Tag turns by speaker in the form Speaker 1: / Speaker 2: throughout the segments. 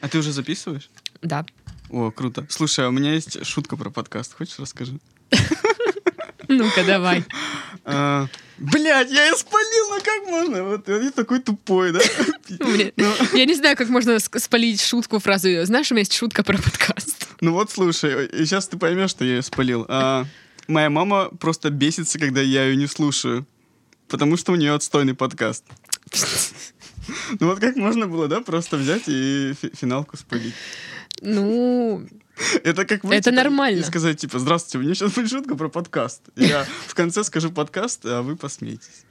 Speaker 1: А ты уже записываешь?
Speaker 2: Да.
Speaker 1: О, круто. Слушай, а у меня есть шутка про подкаст. Хочешь, расскажи?
Speaker 2: Ну-ка, давай.
Speaker 1: А, Блядь, я ее спалил, ну как можно? Вот я такой тупой, да?
Speaker 2: Блин,
Speaker 1: Ну,
Speaker 2: Я не знаю, как можно ск- спалить шутку фразу «Знаешь, у меня есть шутка про подкаст».
Speaker 1: Ну вот, слушай, сейчас ты поймешь, что я ее спалил. А, Моя мама просто бесится, когда я ее не слушаю. Потому что у нее отстойный подкаст. Ну вот как можно было, да, просто взять и фи- финалку спалить.
Speaker 2: Ну,
Speaker 1: Это как выйти
Speaker 2: Это
Speaker 1: там
Speaker 2: нормально.
Speaker 1: И сказать, типа, здравствуйте, у меня сейчас будет шутка про подкаст. Я в конце скажу подкаст, а вы посмейтесь.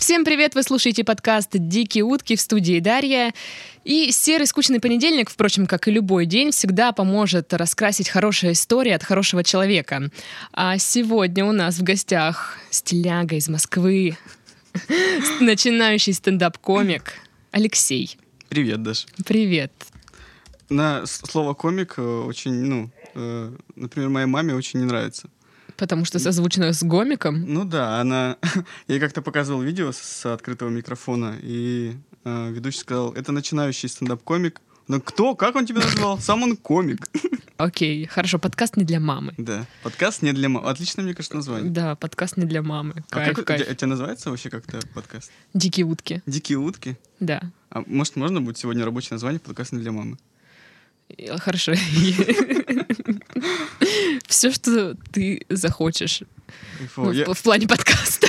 Speaker 2: всем привет, вы слушаете подкаст «Дикие утки» в студии Дарья. И серый скучный понедельник, впрочем, как и любой день, всегда поможет раскрасить хорошая история от хорошего человека. А сегодня у нас в гостях стиляга из Москвы, начинающий стендап-комик Алексей.
Speaker 1: Привет, Даш.
Speaker 2: Привет.
Speaker 1: На с- слово комик э, очень, ну, э, например, моей маме очень не нравится.
Speaker 2: Потому что созвучно с гомиком.
Speaker 1: Ну да, она... Я ей как-то показывал видео с- с открытого микрофона, и э, ведущий сказал, это начинающий стендап-комик. Ну кто? Как он тебя назвал? Сам он комик.
Speaker 2: Окей, хорошо, подкаст не для мамы.
Speaker 1: Да, подкаст не для мамы. Отлично, мне кажется, название.
Speaker 2: Да, подкаст не для мамы.
Speaker 1: А
Speaker 2: Кайф,
Speaker 1: как у
Speaker 2: кайф.
Speaker 1: тебя у тебя называется вообще как-то подкаст?
Speaker 2: Дикие утки,
Speaker 1: Дикие утки?
Speaker 2: да.
Speaker 1: А может, можно будет сегодня рабочее название подкаст не для мамы?
Speaker 2: И- Э, Хорошо. Все, что ты захочешь
Speaker 1: Кайфово.
Speaker 2: Ну,
Speaker 1: Я-
Speaker 2: в в плане подкаста.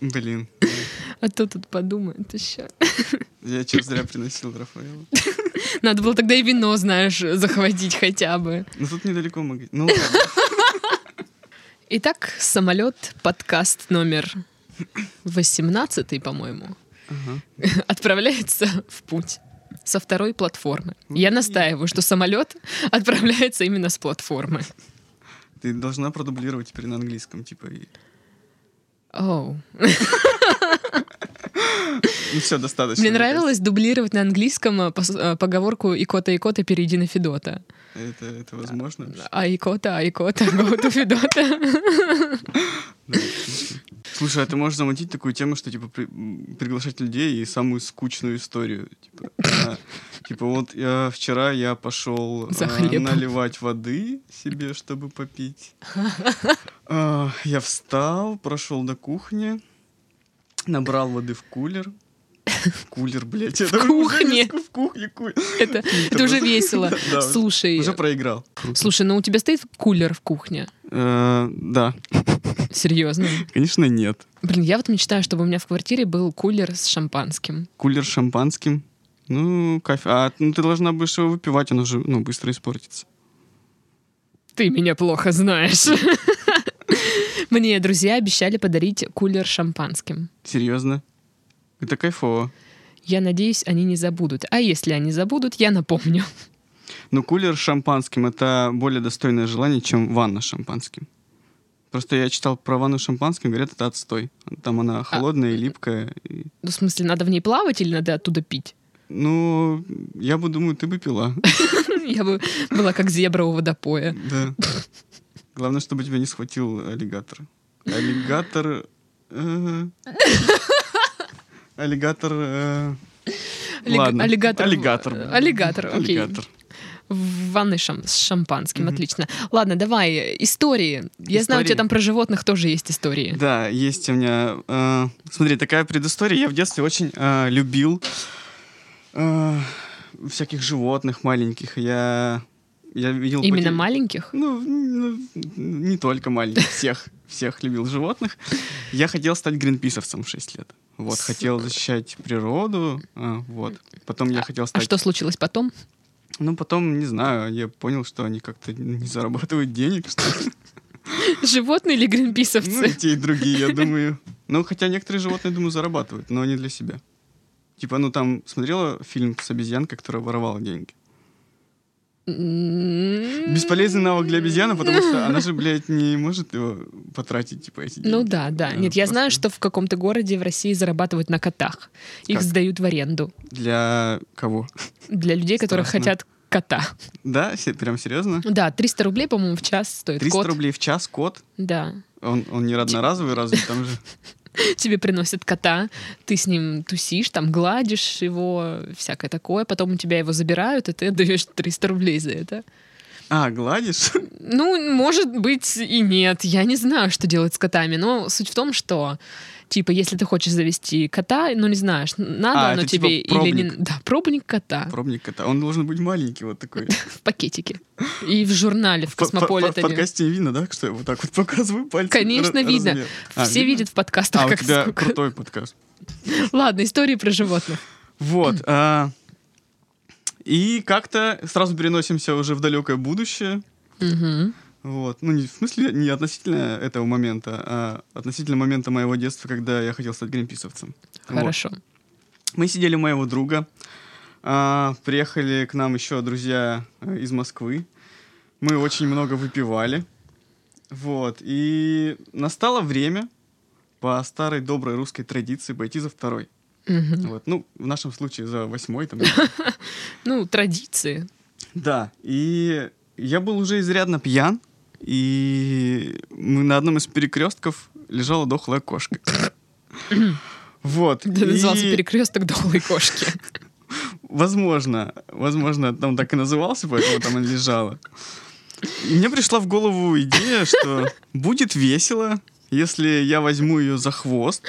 Speaker 1: Блин,
Speaker 2: А то тут подумает еще.
Speaker 1: я чё зря приносил Рафаэла.
Speaker 2: Надо было тогда и вино, знаешь, захватить хотя бы.
Speaker 1: Ну тут недалеко магазин. Ну ладно.
Speaker 2: Итак, самолет, подкаст номер 18, по-моему,
Speaker 1: Ага.
Speaker 2: отправляется в путь со второй платформы. Я настаиваю, что самолет отправляется именно с платформы.
Speaker 1: Ты должна продублировать теперь на английском, типа. и-
Speaker 2: Оу.
Speaker 1: Ну все, достаточно.
Speaker 2: Мне
Speaker 1: кажется.
Speaker 2: нравилось дублировать на английском э, пос- э, поговорку «Икота, икота, перейди на Федота».
Speaker 1: Это, это возможно? вообще?
Speaker 2: А икота, а икота, go to Федота.
Speaker 1: Да, отлично. Слушай, а ты можешь замутить такую тему, что типа при- м, приглашать людей и самую скучную историю. Типа, а, типа, вот я- вчера я пошел
Speaker 2: За
Speaker 1: а,
Speaker 2: хлебом.
Speaker 1: наливать воды себе, чтобы попить. А, Я встал, прошел до кухни, набрал воды в кулер. В Кулер, блядь, я думаю, уже
Speaker 2: кухне.
Speaker 1: не ск- в кухне кулер.
Speaker 2: Это это уже весело.
Speaker 1: Да,
Speaker 2: Слушай,
Speaker 1: Уже проиграл.
Speaker 2: слушай, ну у тебя стоит кулер в кухне?
Speaker 1: Э, Да,
Speaker 2: Серьезно?
Speaker 1: конечно, нет.
Speaker 2: Блин, я вот мечтаю, чтобы у меня в квартире был кулер с шампанским.
Speaker 1: кулер с шампанским. Ну, кайф. А ну, ты должна будешь его выпивать, он уже ну, быстро испортится.
Speaker 2: Ты меня плохо знаешь. Мне друзья обещали подарить кулер с шампанским.
Speaker 1: Серьезно. Это кайфово.
Speaker 2: Я надеюсь, они не забудут. А если они забудут, я напомню.
Speaker 1: Но кулер с шампанским — это более достойное желание, чем ванна с шампанским. Просто я читал про ванну с шампанским, говорят, это отстой. Там она холодная и липкая. и-
Speaker 2: Ну, в смысле, надо в ней плавать или надо оттуда пить?
Speaker 1: Ну, я бы, думаю, ты бы пила.
Speaker 2: Я бы была как зебра у водопоя.
Speaker 1: Да. Главное, чтобы тебя не схватил аллигатор. Аллигатор... э, Аллигатор... э,
Speaker 2: Аллиг-
Speaker 1: Ладно.
Speaker 2: аллигатор-
Speaker 1: Аллигатор.
Speaker 2: аллигатор, окей.
Speaker 1: Аллигатор.
Speaker 2: В ванной шам- с шампанским,
Speaker 1: Мгм.
Speaker 2: отлично. Ладно, давай, э, истории. Я знаю, у тебя
Speaker 1: Истории?
Speaker 2: там про животных тоже есть истории.
Speaker 1: Да, есть у меня... э, смотри, такая предыстория. Я в детстве очень э, любил э, всяких животных маленьких. Я, я видел... по
Speaker 2: Именно
Speaker 1: теле-
Speaker 2: маленьких? А
Speaker 1: Ну, ну, не только маленьких, всех, всех любил животных. Я хотел стать гринписовцем в 6 лет. Вот,
Speaker 2: С-
Speaker 1: хотел защищать природу, а, вот. Потом я хотел
Speaker 2: А
Speaker 1: стать...
Speaker 2: что случилось потом?
Speaker 1: Ну, потом, не знаю, я понял, что они как-то не зарабатывают денег, что ли.
Speaker 2: Животные или
Speaker 1: Ну, и
Speaker 2: гринписовцы?
Speaker 1: те, и другие, я думаю. Ну, хотя некоторые животные, думаю, зарабатывают, но не для себя. Типа, ну, там, смотрела фильм с обезьянкой, которая воровала деньги? Ну,
Speaker 2: М,
Speaker 1: Бесполезный навык для обезьяны, потому что она же, блядь, не может его потратить, типа, эти деньги.
Speaker 2: Ну да, да.
Speaker 1: Э,
Speaker 2: Нет, я знаю,
Speaker 1: просто
Speaker 2: что в каком-то городе в России зарабатывают на котах. Их
Speaker 1: Как?
Speaker 2: сдают в аренду
Speaker 1: Для кого?
Speaker 2: для людей, которые
Speaker 1: Страшно.
Speaker 2: хотят кота.
Speaker 1: Да? Се- Прям серьезно?
Speaker 2: Да, 300 рублей, по-моему, в час стоит
Speaker 1: 300
Speaker 2: кот.
Speaker 1: рублей в час кот?
Speaker 2: Да.
Speaker 1: Он, он не одноразовый, разве там же?
Speaker 2: Тебе приносят кота, ты с ним тусишь, там гладишь его, всякое такое. Потом у тебя его забирают, и ты отдаешь 300 рублей за это.
Speaker 1: А, гладишь?
Speaker 2: Ну, может быть и нет. Я не знаю, что делать с котами. Но суть в том, что, типа, если ты хочешь завести кота, ну, не знаешь, надо
Speaker 1: А,
Speaker 2: оно
Speaker 1: это типа
Speaker 2: тебе или не...
Speaker 1: пробник.
Speaker 2: Да, пробник кота
Speaker 1: Пробник кота. Он должен быть маленький вот такой.
Speaker 2: в пакетике. И в журнале, в
Speaker 1: По- по- по- В
Speaker 2: Космополитене.
Speaker 1: подкасте не видно, да, что я вот так вот показываю пальцем?
Speaker 2: Конечно,
Speaker 1: ра-
Speaker 2: видно.
Speaker 1: размер? А,
Speaker 2: Все
Speaker 1: видно?
Speaker 2: видят в подкастах,
Speaker 1: А, у
Speaker 2: как
Speaker 1: тебя
Speaker 2: сколько.
Speaker 1: крутой подкаст.
Speaker 2: Ладно, истории про животных.
Speaker 1: Вот. а, И как-то сразу переносимся уже в далекое будущее.
Speaker 2: Мгм.
Speaker 1: Вот. Ну, не, в смысле, не относительно этого момента, а относительно момента моего детства, когда я хотел стать гринписовцем. Вот.
Speaker 2: Хорошо.
Speaker 1: Мы сидели у моего друга. а, приехали к нам еще друзья э, из Москвы. Мы очень много выпивали. Вот. И настало время по старой доброй русской традиции пойти за второй.
Speaker 2: Мгм.
Speaker 1: Вот. Ну, в нашем случае за восьмой. Там,
Speaker 2: Ну, традиции.
Speaker 1: Да, и я был уже изрядно пьян, и мы на одном из перекрестков лежала дохлая кошка. Вот.
Speaker 2: Это назывался
Speaker 1: и-
Speaker 2: перекресток долой кошки.
Speaker 1: Возможно, возможно, там так и назывался, поэтому там она лежала. И мне пришла в голову идея, что будет весело, если я возьму ее за хвост,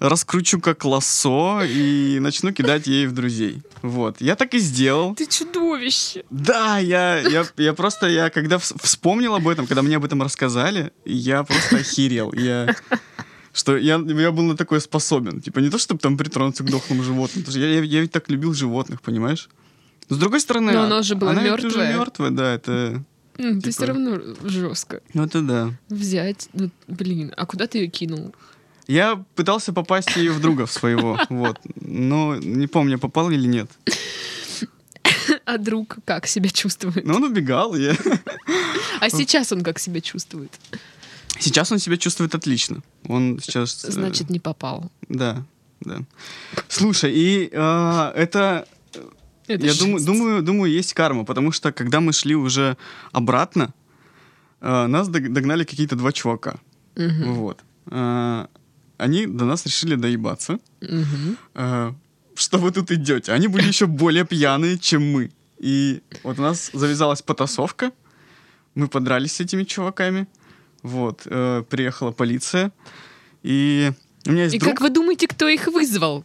Speaker 1: раскручу как лассо и начну кидать ей в друзей. Вот. Я так и сделал.
Speaker 2: Ты чудовище.
Speaker 1: Да, я, я, я просто, я когда вс- вспомнил об этом, когда мне об этом рассказали, я просто охерел. Я, что я, я был на такое способен. Типа не то, чтобы там притронуться к дохлому животному. потому что я, я, я ведь так любил животных, понимаешь? С другой стороны,
Speaker 2: Но
Speaker 1: а-
Speaker 2: оно же было
Speaker 1: она ведь уже
Speaker 2: мёртвое.
Speaker 1: мертвая, да, это...
Speaker 2: М,
Speaker 1: Типа-
Speaker 2: Ты все равно жестко.
Speaker 1: Ну, это да.
Speaker 2: Взять. ну, Блин, а куда ты ее кинул?
Speaker 1: Я пытался попасть и в друга в своего, вот. Но не помню, попал или нет.
Speaker 2: А друг как себя чувствует?
Speaker 1: Но он убегал, и я... Ну,
Speaker 2: А сейчас он как себя чувствует?
Speaker 1: Сейчас он себя чувствует отлично. Он сейчас... э,
Speaker 2: Значит, не попал.
Speaker 1: Да, да. Слушай, и э, это,
Speaker 2: Это
Speaker 1: я
Speaker 2: жесть.
Speaker 1: думаю, думаю, думаю, есть карма, потому что когда мы шли уже обратно, э, нас дог- догнали какие-то два чувака,
Speaker 2: Мгм.
Speaker 1: вот. Э, они до нас решили доебаться.
Speaker 2: Мгм.
Speaker 1: Э, что вы тут идете? Они были еще более пьяные, чем мы. И вот у нас завязалась потасовка. Мы подрались с этими чуваками. Вот, э, приехала полиция. И у меня есть
Speaker 2: И
Speaker 1: друг.
Speaker 2: как вы думаете, кто их вызвал?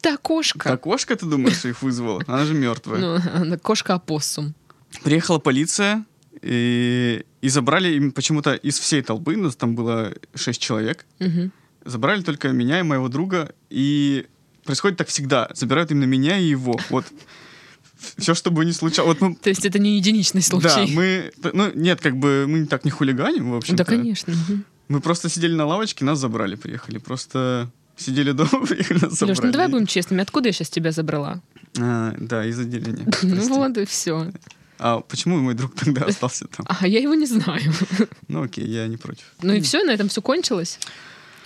Speaker 2: Та кошка.
Speaker 1: Та кошка, ты думаешь, их вызвала? Она же мертвая.
Speaker 2: Ну, она кошка-опоссум.
Speaker 1: Приехала полиция и, и забрали им почему-то из всей толпы, нас там было шесть человек,
Speaker 2: Мгм.
Speaker 1: забрали только меня и моего друга, и происходит так всегда, забирают именно меня и его, вот. Все, что бы ни случалось. Вот мы,
Speaker 2: То есть это не единичный
Speaker 1: да,
Speaker 2: случай.
Speaker 1: мы... Ну, нет, как бы мы так не хулиганим, в общем
Speaker 2: Да, конечно. Мгм.
Speaker 1: Мы просто сидели на лавочке, нас забрали, приехали. Просто сидели дома, приехали, нас забрали.
Speaker 2: Леш, ну давай будем честными. Откуда я сейчас тебя забрала?
Speaker 1: А, да, из отделения.
Speaker 2: Ну
Speaker 1: прости.
Speaker 2: вот и все.
Speaker 1: А почему мой друг тогда остался там?
Speaker 2: А я его не знаю.
Speaker 1: Ну окей, я не против.
Speaker 2: Ну и все, на этом все кончилось.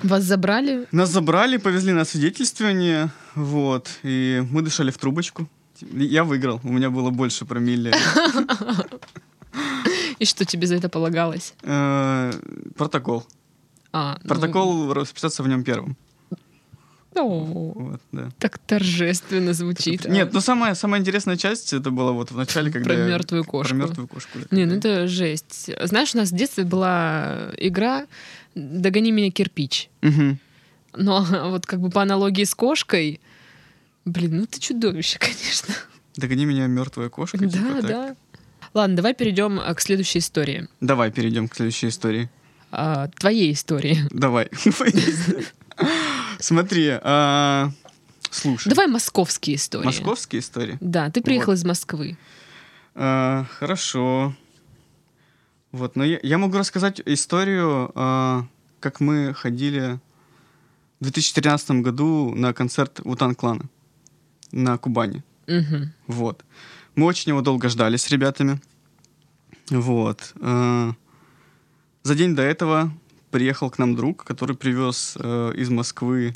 Speaker 2: Вас забрали.
Speaker 1: Нас забрали, повезли на свидетельствование, вот, и мы дышали в трубочку. Я выиграл, у меня было больше промилле.
Speaker 2: И что тебе за это полагалось?
Speaker 1: Э, Протокол.
Speaker 2: А, ну,
Speaker 1: Протокол расписаться в нем первым.
Speaker 2: о,
Speaker 1: Вот, да.
Speaker 2: так торжественно звучит. а.
Speaker 1: Нет, ну, но самая, самая интересная часть это была вот в начале, когда
Speaker 2: Про
Speaker 1: я-
Speaker 2: мертвую
Speaker 1: Про
Speaker 2: кошку.
Speaker 1: мертвую кошку. да.
Speaker 2: Не, ну это жесть. Знаешь, у нас в детстве была игра «Догони меня кирпич».
Speaker 1: Мгм.
Speaker 2: Но вот как бы по аналогии с кошкой, блин, ну ты чудовище, конечно.
Speaker 1: Догони меня, мертвая кошка. типа
Speaker 2: Да,
Speaker 1: так.
Speaker 2: да. Ладно, давай перейдем а, к следующей истории.
Speaker 1: Давай перейдем к следующей истории.
Speaker 2: А, Твоей истории.
Speaker 1: Давай. Смотри, а, слушай.
Speaker 2: Давай московские истории.
Speaker 1: Московские истории.
Speaker 2: Да, ты приехал из Москвы.
Speaker 1: А, хорошо. Вот, но я, я могу рассказать историю, а, как мы ходили в 2013 году на концерт Утан Клана на Кубани.
Speaker 2: Мгм.
Speaker 1: Вот. Мы очень его долго ждали с ребятами. Вот. А, за день до этого приехал к нам друг, который привез э, из Москвы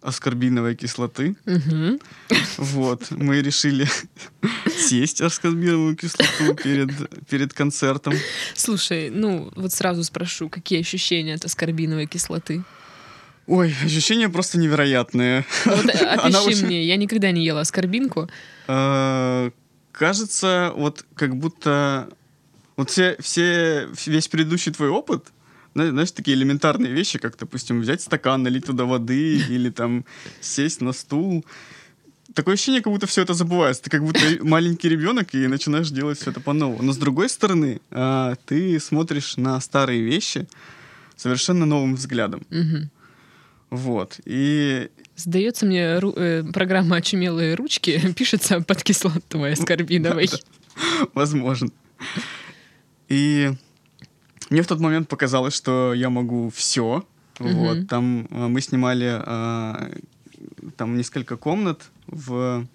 Speaker 1: аскорбиновой кислоты.
Speaker 2: Мгм.
Speaker 1: Вот, мы решили съесть аскорбиновую кислоту перед, перед концертом.
Speaker 2: Слушай, ну вот сразу спрошу, какие ощущения от аскорбиновой кислоты?
Speaker 1: Ой, ощущения просто невероятные.
Speaker 2: Ну, вот, э,
Speaker 1: Она
Speaker 2: опиши
Speaker 1: очень-
Speaker 2: мне, я никогда не ела аскорбинку.
Speaker 1: Э, Кажется, вот как будто... Вот все, все, весь предыдущий твой опыт, зна- знаешь, такие элементарные вещи, как, допустим, взять стакан, налить туда воды или там сесть на стул. Такое ощущение, как будто все это забывается. Ты как будто маленький ребенок и начинаешь делать все это по-новому. Но с другой стороны, а, ты смотришь на старые вещи совершенно новым взглядом.
Speaker 2: Мгм.
Speaker 1: Вот. И
Speaker 2: Сдается мне, ру- э, программа «Очумелые ручки» пишется под кислотой аскорбиновой.
Speaker 1: Возможно. И мне в тот момент показалось, что я могу все.
Speaker 2: Мгм.
Speaker 1: Вот. Там э, мы снимали а, там несколько комнат в,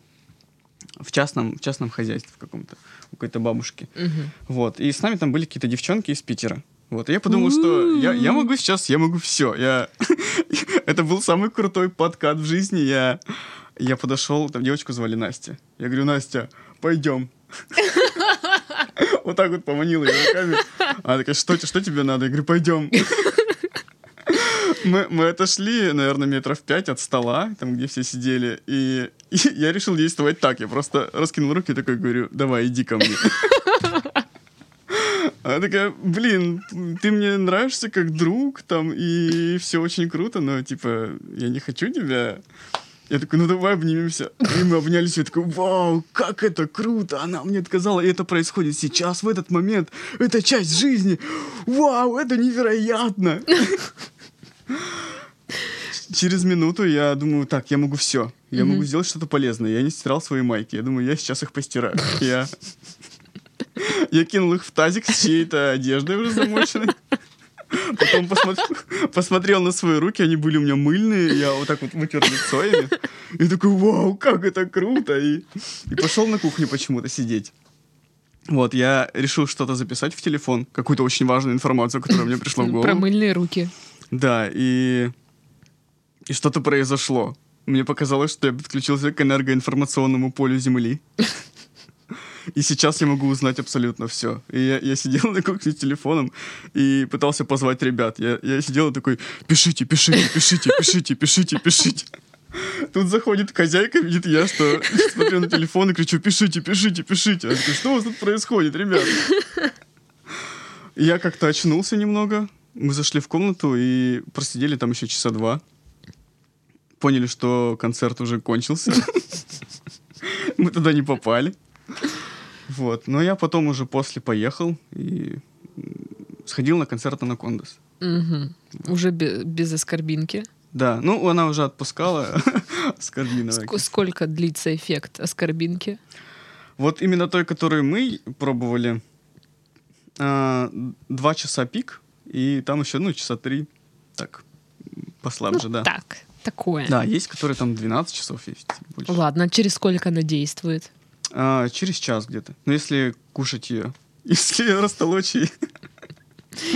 Speaker 1: в, частном, в частном хозяйстве в каком-то, у какой-то бабушки.
Speaker 2: Мгм.
Speaker 1: Вот. И с нами там были какие-то девчонки из Питера. Вот. И я подумал, что я, я могу сейчас, я могу все. Я... Это был самый крутой подкат в жизни. Я, я подошел, там девочку звали Настя. Я говорю, Настя, пойдем. Вот так вот поманил ее руками. Она такая, что, те- что тебе надо? Я говорю, пойдем. Мы, мы отошли, наверное, метров пять от стола, там, где все сидели, и, и я решил действовать так. Я просто раскинул руки и такой говорю, давай, иди ко мне. Она такая, блин, ты мне нравишься как друг, там, и все очень круто, но, типа, я не хочу тебя. Я такой, ну давай обнимемся. И мы обнялись, и я такой, вау, как это круто, она мне отказала, и это происходит сейчас, в этот момент, это часть жизни, вау, это невероятно. Через минуту я думаю, так, я могу все. Я могу сделать что-то полезное. Я не стирал свои майки. Я думаю, я сейчас их постираю. Я я кинул их в тазик с чьей-то одеждой уже замоченной. Потом посмотр- посмотрел на свои руки, они были у меня мыльные, я вот так вот вытер лицо ими. И такой, вау, как это круто! И, и пошел на кухню почему-то сидеть. Вот, я решил что-то записать в телефон, какую-то очень важную информацию, которая мне пришла в
Speaker 2: Про
Speaker 1: голову.
Speaker 2: мыльные руки.
Speaker 1: Да, и... И что-то произошло. Мне показалось, что я подключился к энергоинформационному полю Земли. И сейчас я могу узнать абсолютно все. И я, я сидел на кухне с телефоном и пытался позвать ребят. Я, я сидел и такой, пишите, пишите, пишите, пишите, пишите, пишите. Тут заходит хозяйка, видит я, что смотрю на телефон и кричу, пишите, пишите, пишите. Она такая, что у вас тут происходит, ребят? Я как-то очнулся немного. Мы зашли в комнату и просидели там еще часа два. Поняли, что концерт уже кончился. Мы туда не попали. Вот. Но я потом уже после поехал и м, сходил на концерт Анакондас.
Speaker 2: Мгм. Уже бе- без аскорбинки.
Speaker 1: Да, ну она уже отпускала
Speaker 2: Ск-
Speaker 1: скорбиновая.
Speaker 2: Сколько длится эффект аскорбинки?
Speaker 1: Вот именно той, которую мы пробовали, а, два часа пик, и там еще, ну, часа три. Так, послабже,
Speaker 2: Ну,
Speaker 1: да.
Speaker 2: Так, такое.
Speaker 1: Да, есть, которые там 12 часов есть. больше.
Speaker 2: Ладно, через сколько она действует?
Speaker 1: А, через час где-то. Ну, если кушать ее. Если её растолочь, и-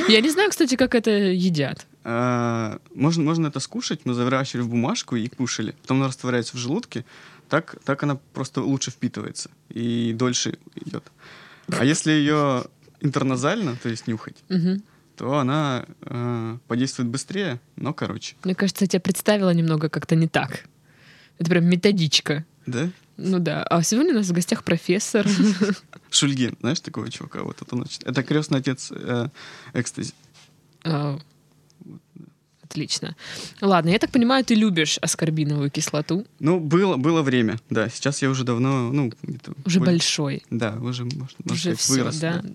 Speaker 2: Я не знаю, кстати, как это едят.
Speaker 1: А, можно, можно это скушать, мы заворачивали в бумажку и кушали. Потом она растворяется в желудке. Так, так она просто лучше впитывается и дольше идет. А если ее интерназально, то есть нюхать,
Speaker 2: Мгм.
Speaker 1: то она э, подействует быстрее, но короче.
Speaker 2: Мне кажется, я тебя представила немного как-то не так. Это прям методичка.
Speaker 1: Да?
Speaker 2: Ну да. А сегодня у нас в гостях профессор.
Speaker 1: Шульгин, знаешь такого чувака? Вот это он очень- Это крестный отец э, экстази.
Speaker 2: А, Отлично. Ладно, я так понимаю, ты любишь аскорбиновую кислоту.
Speaker 1: Ну, было, было время, да. Сейчас я уже давно, ну, где-то
Speaker 2: Уже
Speaker 1: более-
Speaker 2: большой.
Speaker 1: Да, уже, может, можно
Speaker 2: Уже
Speaker 1: сказать,
Speaker 2: все,
Speaker 1: вырос.
Speaker 2: да.
Speaker 1: да.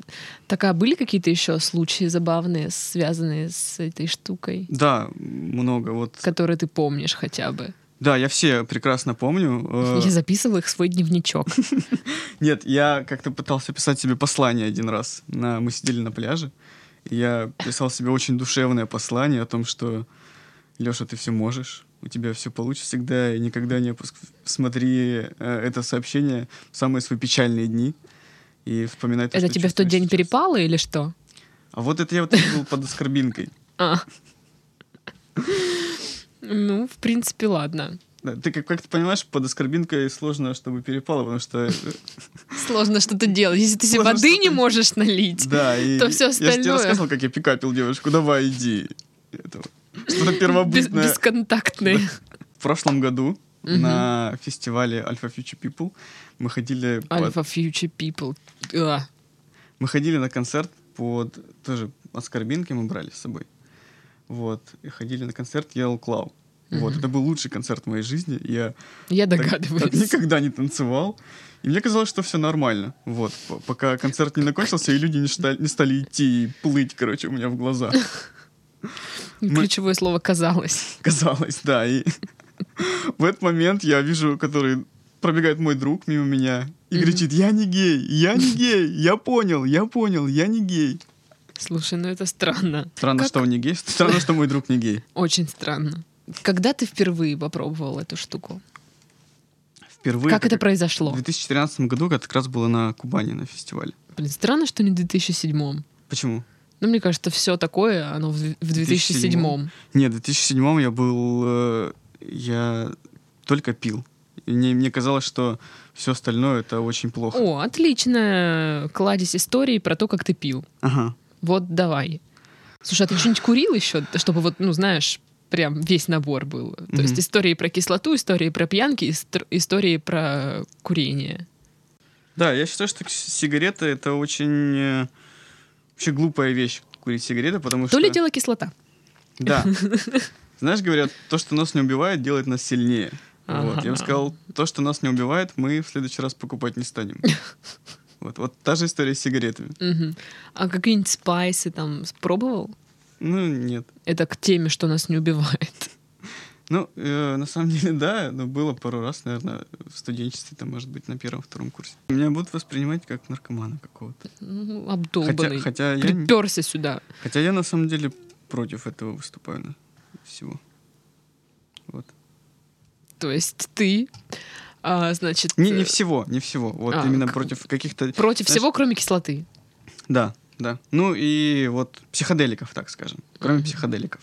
Speaker 2: Так, а были какие-то еще случаи забавные, связанные с этой штукой,
Speaker 1: Да, много. Вот.
Speaker 2: которые ты помнишь хотя бы?
Speaker 1: Да, я все прекрасно помню. Э,
Speaker 2: Я записывала их в свой дневничок.
Speaker 1: Нет, я как-то пытался писать себе послание один раз. На... Мы сидели на пляже. и Я писал себе очень душевное послание о том, что Леша, ты все можешь, у тебя все получится всегда, и никогда не опуск... Смотри э, это сообщение в самые свои печальные дни и вспоминай то,
Speaker 2: Это
Speaker 1: что
Speaker 2: тебе в тот
Speaker 1: чувствуешь
Speaker 2: день
Speaker 1: сейчас.
Speaker 2: перепало или что?
Speaker 1: А вот это я вот так был под оскорбинкой.
Speaker 2: А. Ну, в принципе, ладно.
Speaker 1: Да, ты как, как ты понимаешь, под оскорбинкой сложно, чтобы перепало, потому что... э,
Speaker 2: Сложно что-то делать. Если ты себе
Speaker 1: Сложно
Speaker 2: воды не
Speaker 1: что-то-
Speaker 2: можешь налить.
Speaker 1: Да, и
Speaker 2: То всё
Speaker 1: я же тебе
Speaker 2: остальное.
Speaker 1: рассказывал, как я пикапил девушку. Давай, иди. Это вот Что-то
Speaker 2: Без-
Speaker 1: первобытное.
Speaker 2: Бесконтактные.
Speaker 1: В прошлом году
Speaker 2: Мгм.
Speaker 1: на фестивале Alpha Future People мы ходили под-
Speaker 2: Альфа А, Future People. Да.
Speaker 1: Мы ходили на концерт под тоже от Скорбинки мы брали с собой. Вот. И ходили на концерт Yellow Claw. Вот,
Speaker 2: Мгм.
Speaker 1: это был лучший концерт в моей жизни. Я
Speaker 2: Я
Speaker 1: так- так
Speaker 2: догадываюсь.
Speaker 1: никогда не танцевал. И мне казалось, что все нормально. Вот, п- пока концерт не закончился, и люди не, шта- не стали идти и плыть, короче, у меня в глазах. мы-
Speaker 2: Ключевое слово казалось.
Speaker 1: Казалось, да. И в этот момент я вижу, который пробегает мой друг мимо меня и
Speaker 2: Мгм.
Speaker 1: кричит, я не гей, я не гей, я понял, я понял, я не гей.
Speaker 2: Слушай, ну это странно.
Speaker 1: Странно,
Speaker 2: Как-
Speaker 1: что он не гей. Странно, что мой друг не гей.
Speaker 2: Очень странно. Когда ты впервые попробовал эту штуку?
Speaker 1: Впервые.
Speaker 2: как это
Speaker 1: как- В
Speaker 2: произошло?
Speaker 1: 2013 году это как раз было на Кубани на фестивале.
Speaker 2: Блин, странно, что не в 2007
Speaker 1: Почему?
Speaker 2: Ну, мне кажется, все такое, оно в в 2007
Speaker 1: 2007. Нет, в 2007 я был... э, Я только пил. И Мне, мне казалось, что все остальное это очень плохо.
Speaker 2: О, отлично. Кладезь истории про то, как ты пил.
Speaker 1: Ага.
Speaker 2: Вот давай. Слушай, а ты что-нибудь курил еще, чтобы вот, ну, знаешь, прям весь набор был? То
Speaker 1: Мгм.
Speaker 2: есть истории про кислоту, истории про пьянки, истор- истории про курение.
Speaker 1: Да, я считаю, что с- сигареты это очень э, вообще глупая вещь курить сигареты, потому Ну, что.
Speaker 2: То ли дело кислота.
Speaker 1: Да. Знаешь, говорят, то, что нас не убивает, делает нас сильнее. Вот. Я
Speaker 2: Ага.
Speaker 1: бы сказал, то, что нас не убивает, мы в следующий раз покупать не станем. Вот, вот та же история с сигаретами.
Speaker 2: Мгм. А какие-нибудь спайсы там пробовал?
Speaker 1: Ну, нет.
Speaker 2: Это к теме, что нас не убивает.
Speaker 1: Ну, э, на самом деле, да, но было пару раз, наверное, в студенчестве, там, может быть, на первом-втором курсе. Меня будут воспринимать как наркомана какого-то.
Speaker 2: Ну,
Speaker 1: Хотя,
Speaker 2: обдолбанный.
Speaker 1: хотя, я, не-
Speaker 2: Приперся сюда.
Speaker 1: хотя я на самом деле против этого выступаю на всего. Вот.
Speaker 2: То есть ты, а, значит,
Speaker 1: Не, не
Speaker 2: э,
Speaker 1: всего, не всего. Вот
Speaker 2: А,
Speaker 1: именно
Speaker 2: как-
Speaker 1: против каких-то...
Speaker 2: против
Speaker 1: знаешь-
Speaker 2: всего, кроме кислоты.
Speaker 1: Да, да. Ну и вот психоделиков, так скажем. Кроме
Speaker 2: Мгм.
Speaker 1: психоделиков.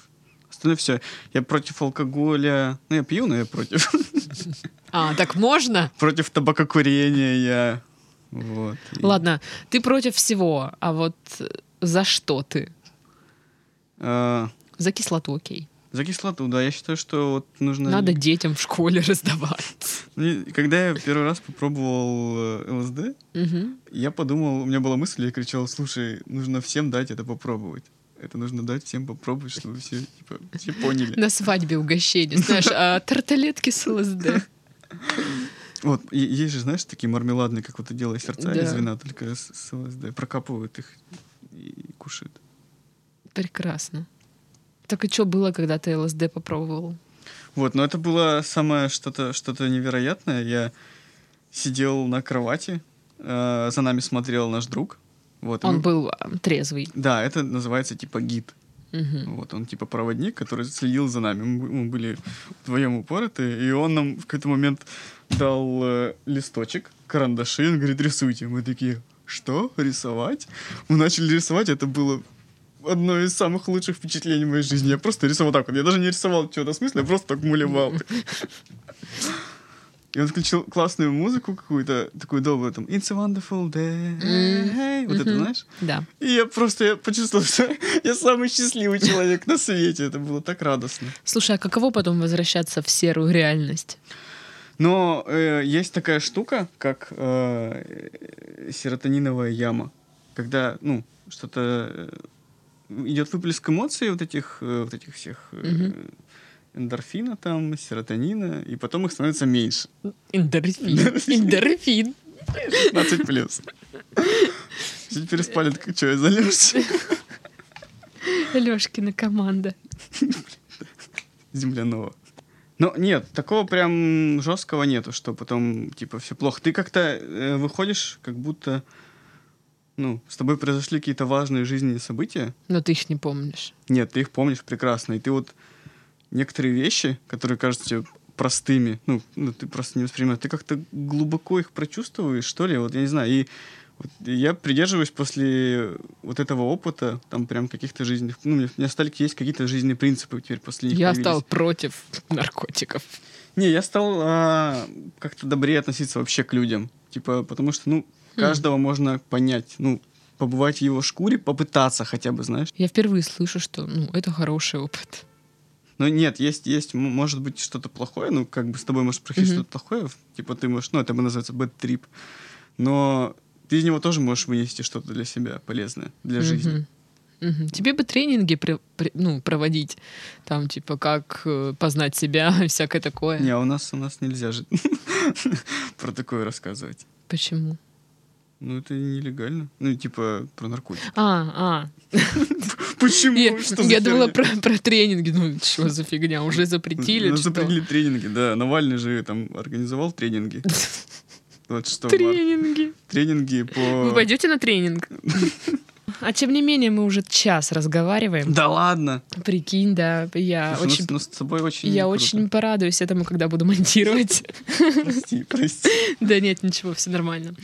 Speaker 1: Остальное все. Я против алкоголя. Ну, я пью, но я против.
Speaker 2: А, так можно?
Speaker 1: против табакокурения я. Вот. И,
Speaker 2: Ладно, ты против всего, а вот э, за что ты?
Speaker 1: э,
Speaker 2: За кислоту, окей.
Speaker 1: за кислоту, да. Я считаю, что вот нужно...
Speaker 2: Надо детям в школе раздавать.
Speaker 1: Мне- Когда я первый раз попробовал э, ЛСД,
Speaker 2: Мгм.
Speaker 1: я подумал, у меня была мысль, я кричал, слушай, нужно всем дать это попробовать. Это нужно дать всем попробовать, чтобы все, типа, все поняли.
Speaker 2: На свадьбе угощение, знаешь, а, тарталетки с ЛСД.
Speaker 1: Вот, и- есть же, знаешь, такие мармеладные, как вот дело сердца
Speaker 2: Да.
Speaker 1: из вина, только с, с ЛСД. Прокапывают их и кушают.
Speaker 2: Прекрасно. Так и что было, когда ты ЛСД попробовал?
Speaker 1: Вот, но это было самое что-то что невероятное. Я сидел на кровати, э, за нами смотрел наш друг. Вот, и
Speaker 2: Он
Speaker 1: мы-
Speaker 2: был а, трезвый.
Speaker 1: Да, это называется типа гид.
Speaker 2: Мгм.
Speaker 1: Вот, он типа проводник, который следил за нами. Мы, мы были вдвоем упороты, и он нам в какой-то момент дал э, листочек, карандаши, он говорит, рисуйте. Мы такие, что? Рисовать? Мы начали рисовать, это было одно из самых лучших впечатлений в моей жизни. Я просто рисовал так вот. Я даже не рисовал чего-то смысла, я просто так мулевал. И он включил классную музыку какую-то, такую долгую, там, It's a wonderful day. Вот это,
Speaker 2: Мгм.
Speaker 1: знаешь?
Speaker 2: Да.
Speaker 1: И я просто я почувствовал, что я самый счастливый человек на свете. Это было так радостно.
Speaker 2: Слушай, а каково потом возвращаться в серую реальность?
Speaker 1: Но э, есть такая штука, как э, э, серотониновая яма. Когда, ну, что-то э, идет выплеск эмоций вот этих, э, вот этих всех э,
Speaker 2: Мгм.
Speaker 1: эндорфина там, серотонина, и потом их становится меньше.
Speaker 2: Эндорфин. Эндорфин.
Speaker 1: 15 плюс. Все теперь спалят, как что, я залез?
Speaker 2: Лешкина команда.
Speaker 1: земляного. Но нет, такого прям жесткого нету, что потом, типа, все плохо. Ты как-то э, выходишь, как будто, ну, с тобой произошли какие-то важные жизненные события.
Speaker 2: Но ты их не помнишь.
Speaker 1: Нет, ты их помнишь прекрасно. И ты вот некоторые вещи, которые кажутся тебе простыми, ну, ну, ты просто не воспринимаешь, ты как-то глубоко их прочувствуешь, что ли, вот я не знаю. И Вот я придерживаюсь после вот этого опыта, там прям каких-то жизненных... Ну, у меня- у меня стали есть какие-то жизненные принципы теперь после них
Speaker 2: Я
Speaker 1: появились.
Speaker 2: стал против наркотиков.
Speaker 1: Не, я стал а, как-то добрее относиться вообще к людям. Типа, потому что, ну,
Speaker 2: Хм.
Speaker 1: каждого можно понять. Ну, побывать в его шкуре, попытаться хотя бы, знаешь.
Speaker 2: Я впервые слышу, что ну, это хороший опыт.
Speaker 1: Но нет, есть, есть, м- может быть, что-то плохое, ну, как бы с тобой может происходить
Speaker 2: Мгм.
Speaker 1: что-то плохое, типа ты можешь, ну, это бы называется бэт-трип, но ты из него тоже можешь вынести что-то для себя полезное, для жизни.
Speaker 2: Мгм. Мгм. Тебе бы тренинги при- при- ну, проводить, там, типа, как э, познать себя, всякое такое.
Speaker 1: Не, а у нас, у нас нельзя же про такое рассказывать.
Speaker 2: Почему?
Speaker 1: Ну, это нелегально. Ну, типа, про наркотики.
Speaker 2: А, а.
Speaker 1: Почему?
Speaker 2: Я,
Speaker 1: Ну, Что за
Speaker 2: я думала
Speaker 1: херня?
Speaker 2: про, про тренинги. Ну, что за фигня? Уже запретили?
Speaker 1: Ну,
Speaker 2: что?
Speaker 1: запретили тренинги, да. Навальный же там организовал тренинги. 26 марта.
Speaker 2: Тренинги.
Speaker 1: Тренинги по...
Speaker 2: Вы пойдете на тренинг? А тем не менее, мы уже час разговариваем.
Speaker 1: Да ладно!
Speaker 2: Прикинь, да,
Speaker 1: Слушай, ну,
Speaker 2: я А, очень
Speaker 1: с- ну, с тобой очень
Speaker 2: Я
Speaker 1: круто.
Speaker 2: очень порадуюсь этому, когда буду монтировать.
Speaker 1: Прости, прости.
Speaker 2: Да нет, ничего, все нормально.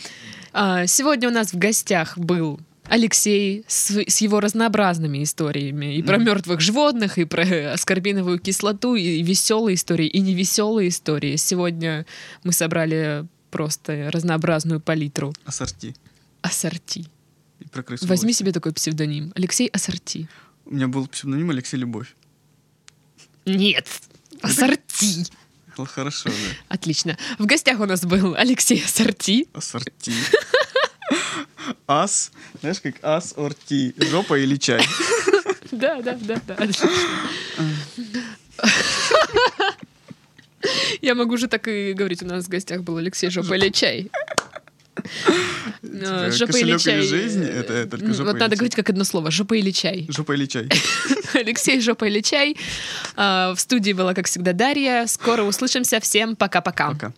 Speaker 2: А, Сегодня у нас в гостях был Алексей с, с его разнообразными историями и про
Speaker 1: Мгм.
Speaker 2: мертвых животных, и про аскорбиновую кислоту, и веселые истории, и невеселые истории. Сегодня мы собрали просто разнообразную палитру.
Speaker 1: Ассорти.
Speaker 2: Ассорти.
Speaker 1: И про крысу.
Speaker 2: Возьми
Speaker 1: Волость.
Speaker 2: себе такой псевдоним. Алексей Ассорти.
Speaker 1: У меня был псевдоним Алексей Любовь.
Speaker 2: Нет, Ассорти.
Speaker 1: Х- Хорошо, да.
Speaker 2: Отлично. В гостях у нас был Алексей Ассорти.
Speaker 1: Ассорти. Ас, знаешь, как ас, орти, жопа или чай.
Speaker 2: Да, да, да, да. отлично. Я могу же так и говорить. У нас в гостях был Алексей Жопа или чай. Э,
Speaker 1: Типа,
Speaker 2: Жопа или
Speaker 1: кошелек
Speaker 2: чай.
Speaker 1: или жизнь, это только
Speaker 2: М,
Speaker 1: жопа
Speaker 2: Вот
Speaker 1: или
Speaker 2: надо
Speaker 1: чай.
Speaker 2: говорить как одно слово. Жопа или чай.
Speaker 1: Жопа или чай.
Speaker 2: Алексей Жопа или чай. А, В студии была, как всегда, Дарья. Скоро услышимся. Всем пока-пока.
Speaker 1: Пока.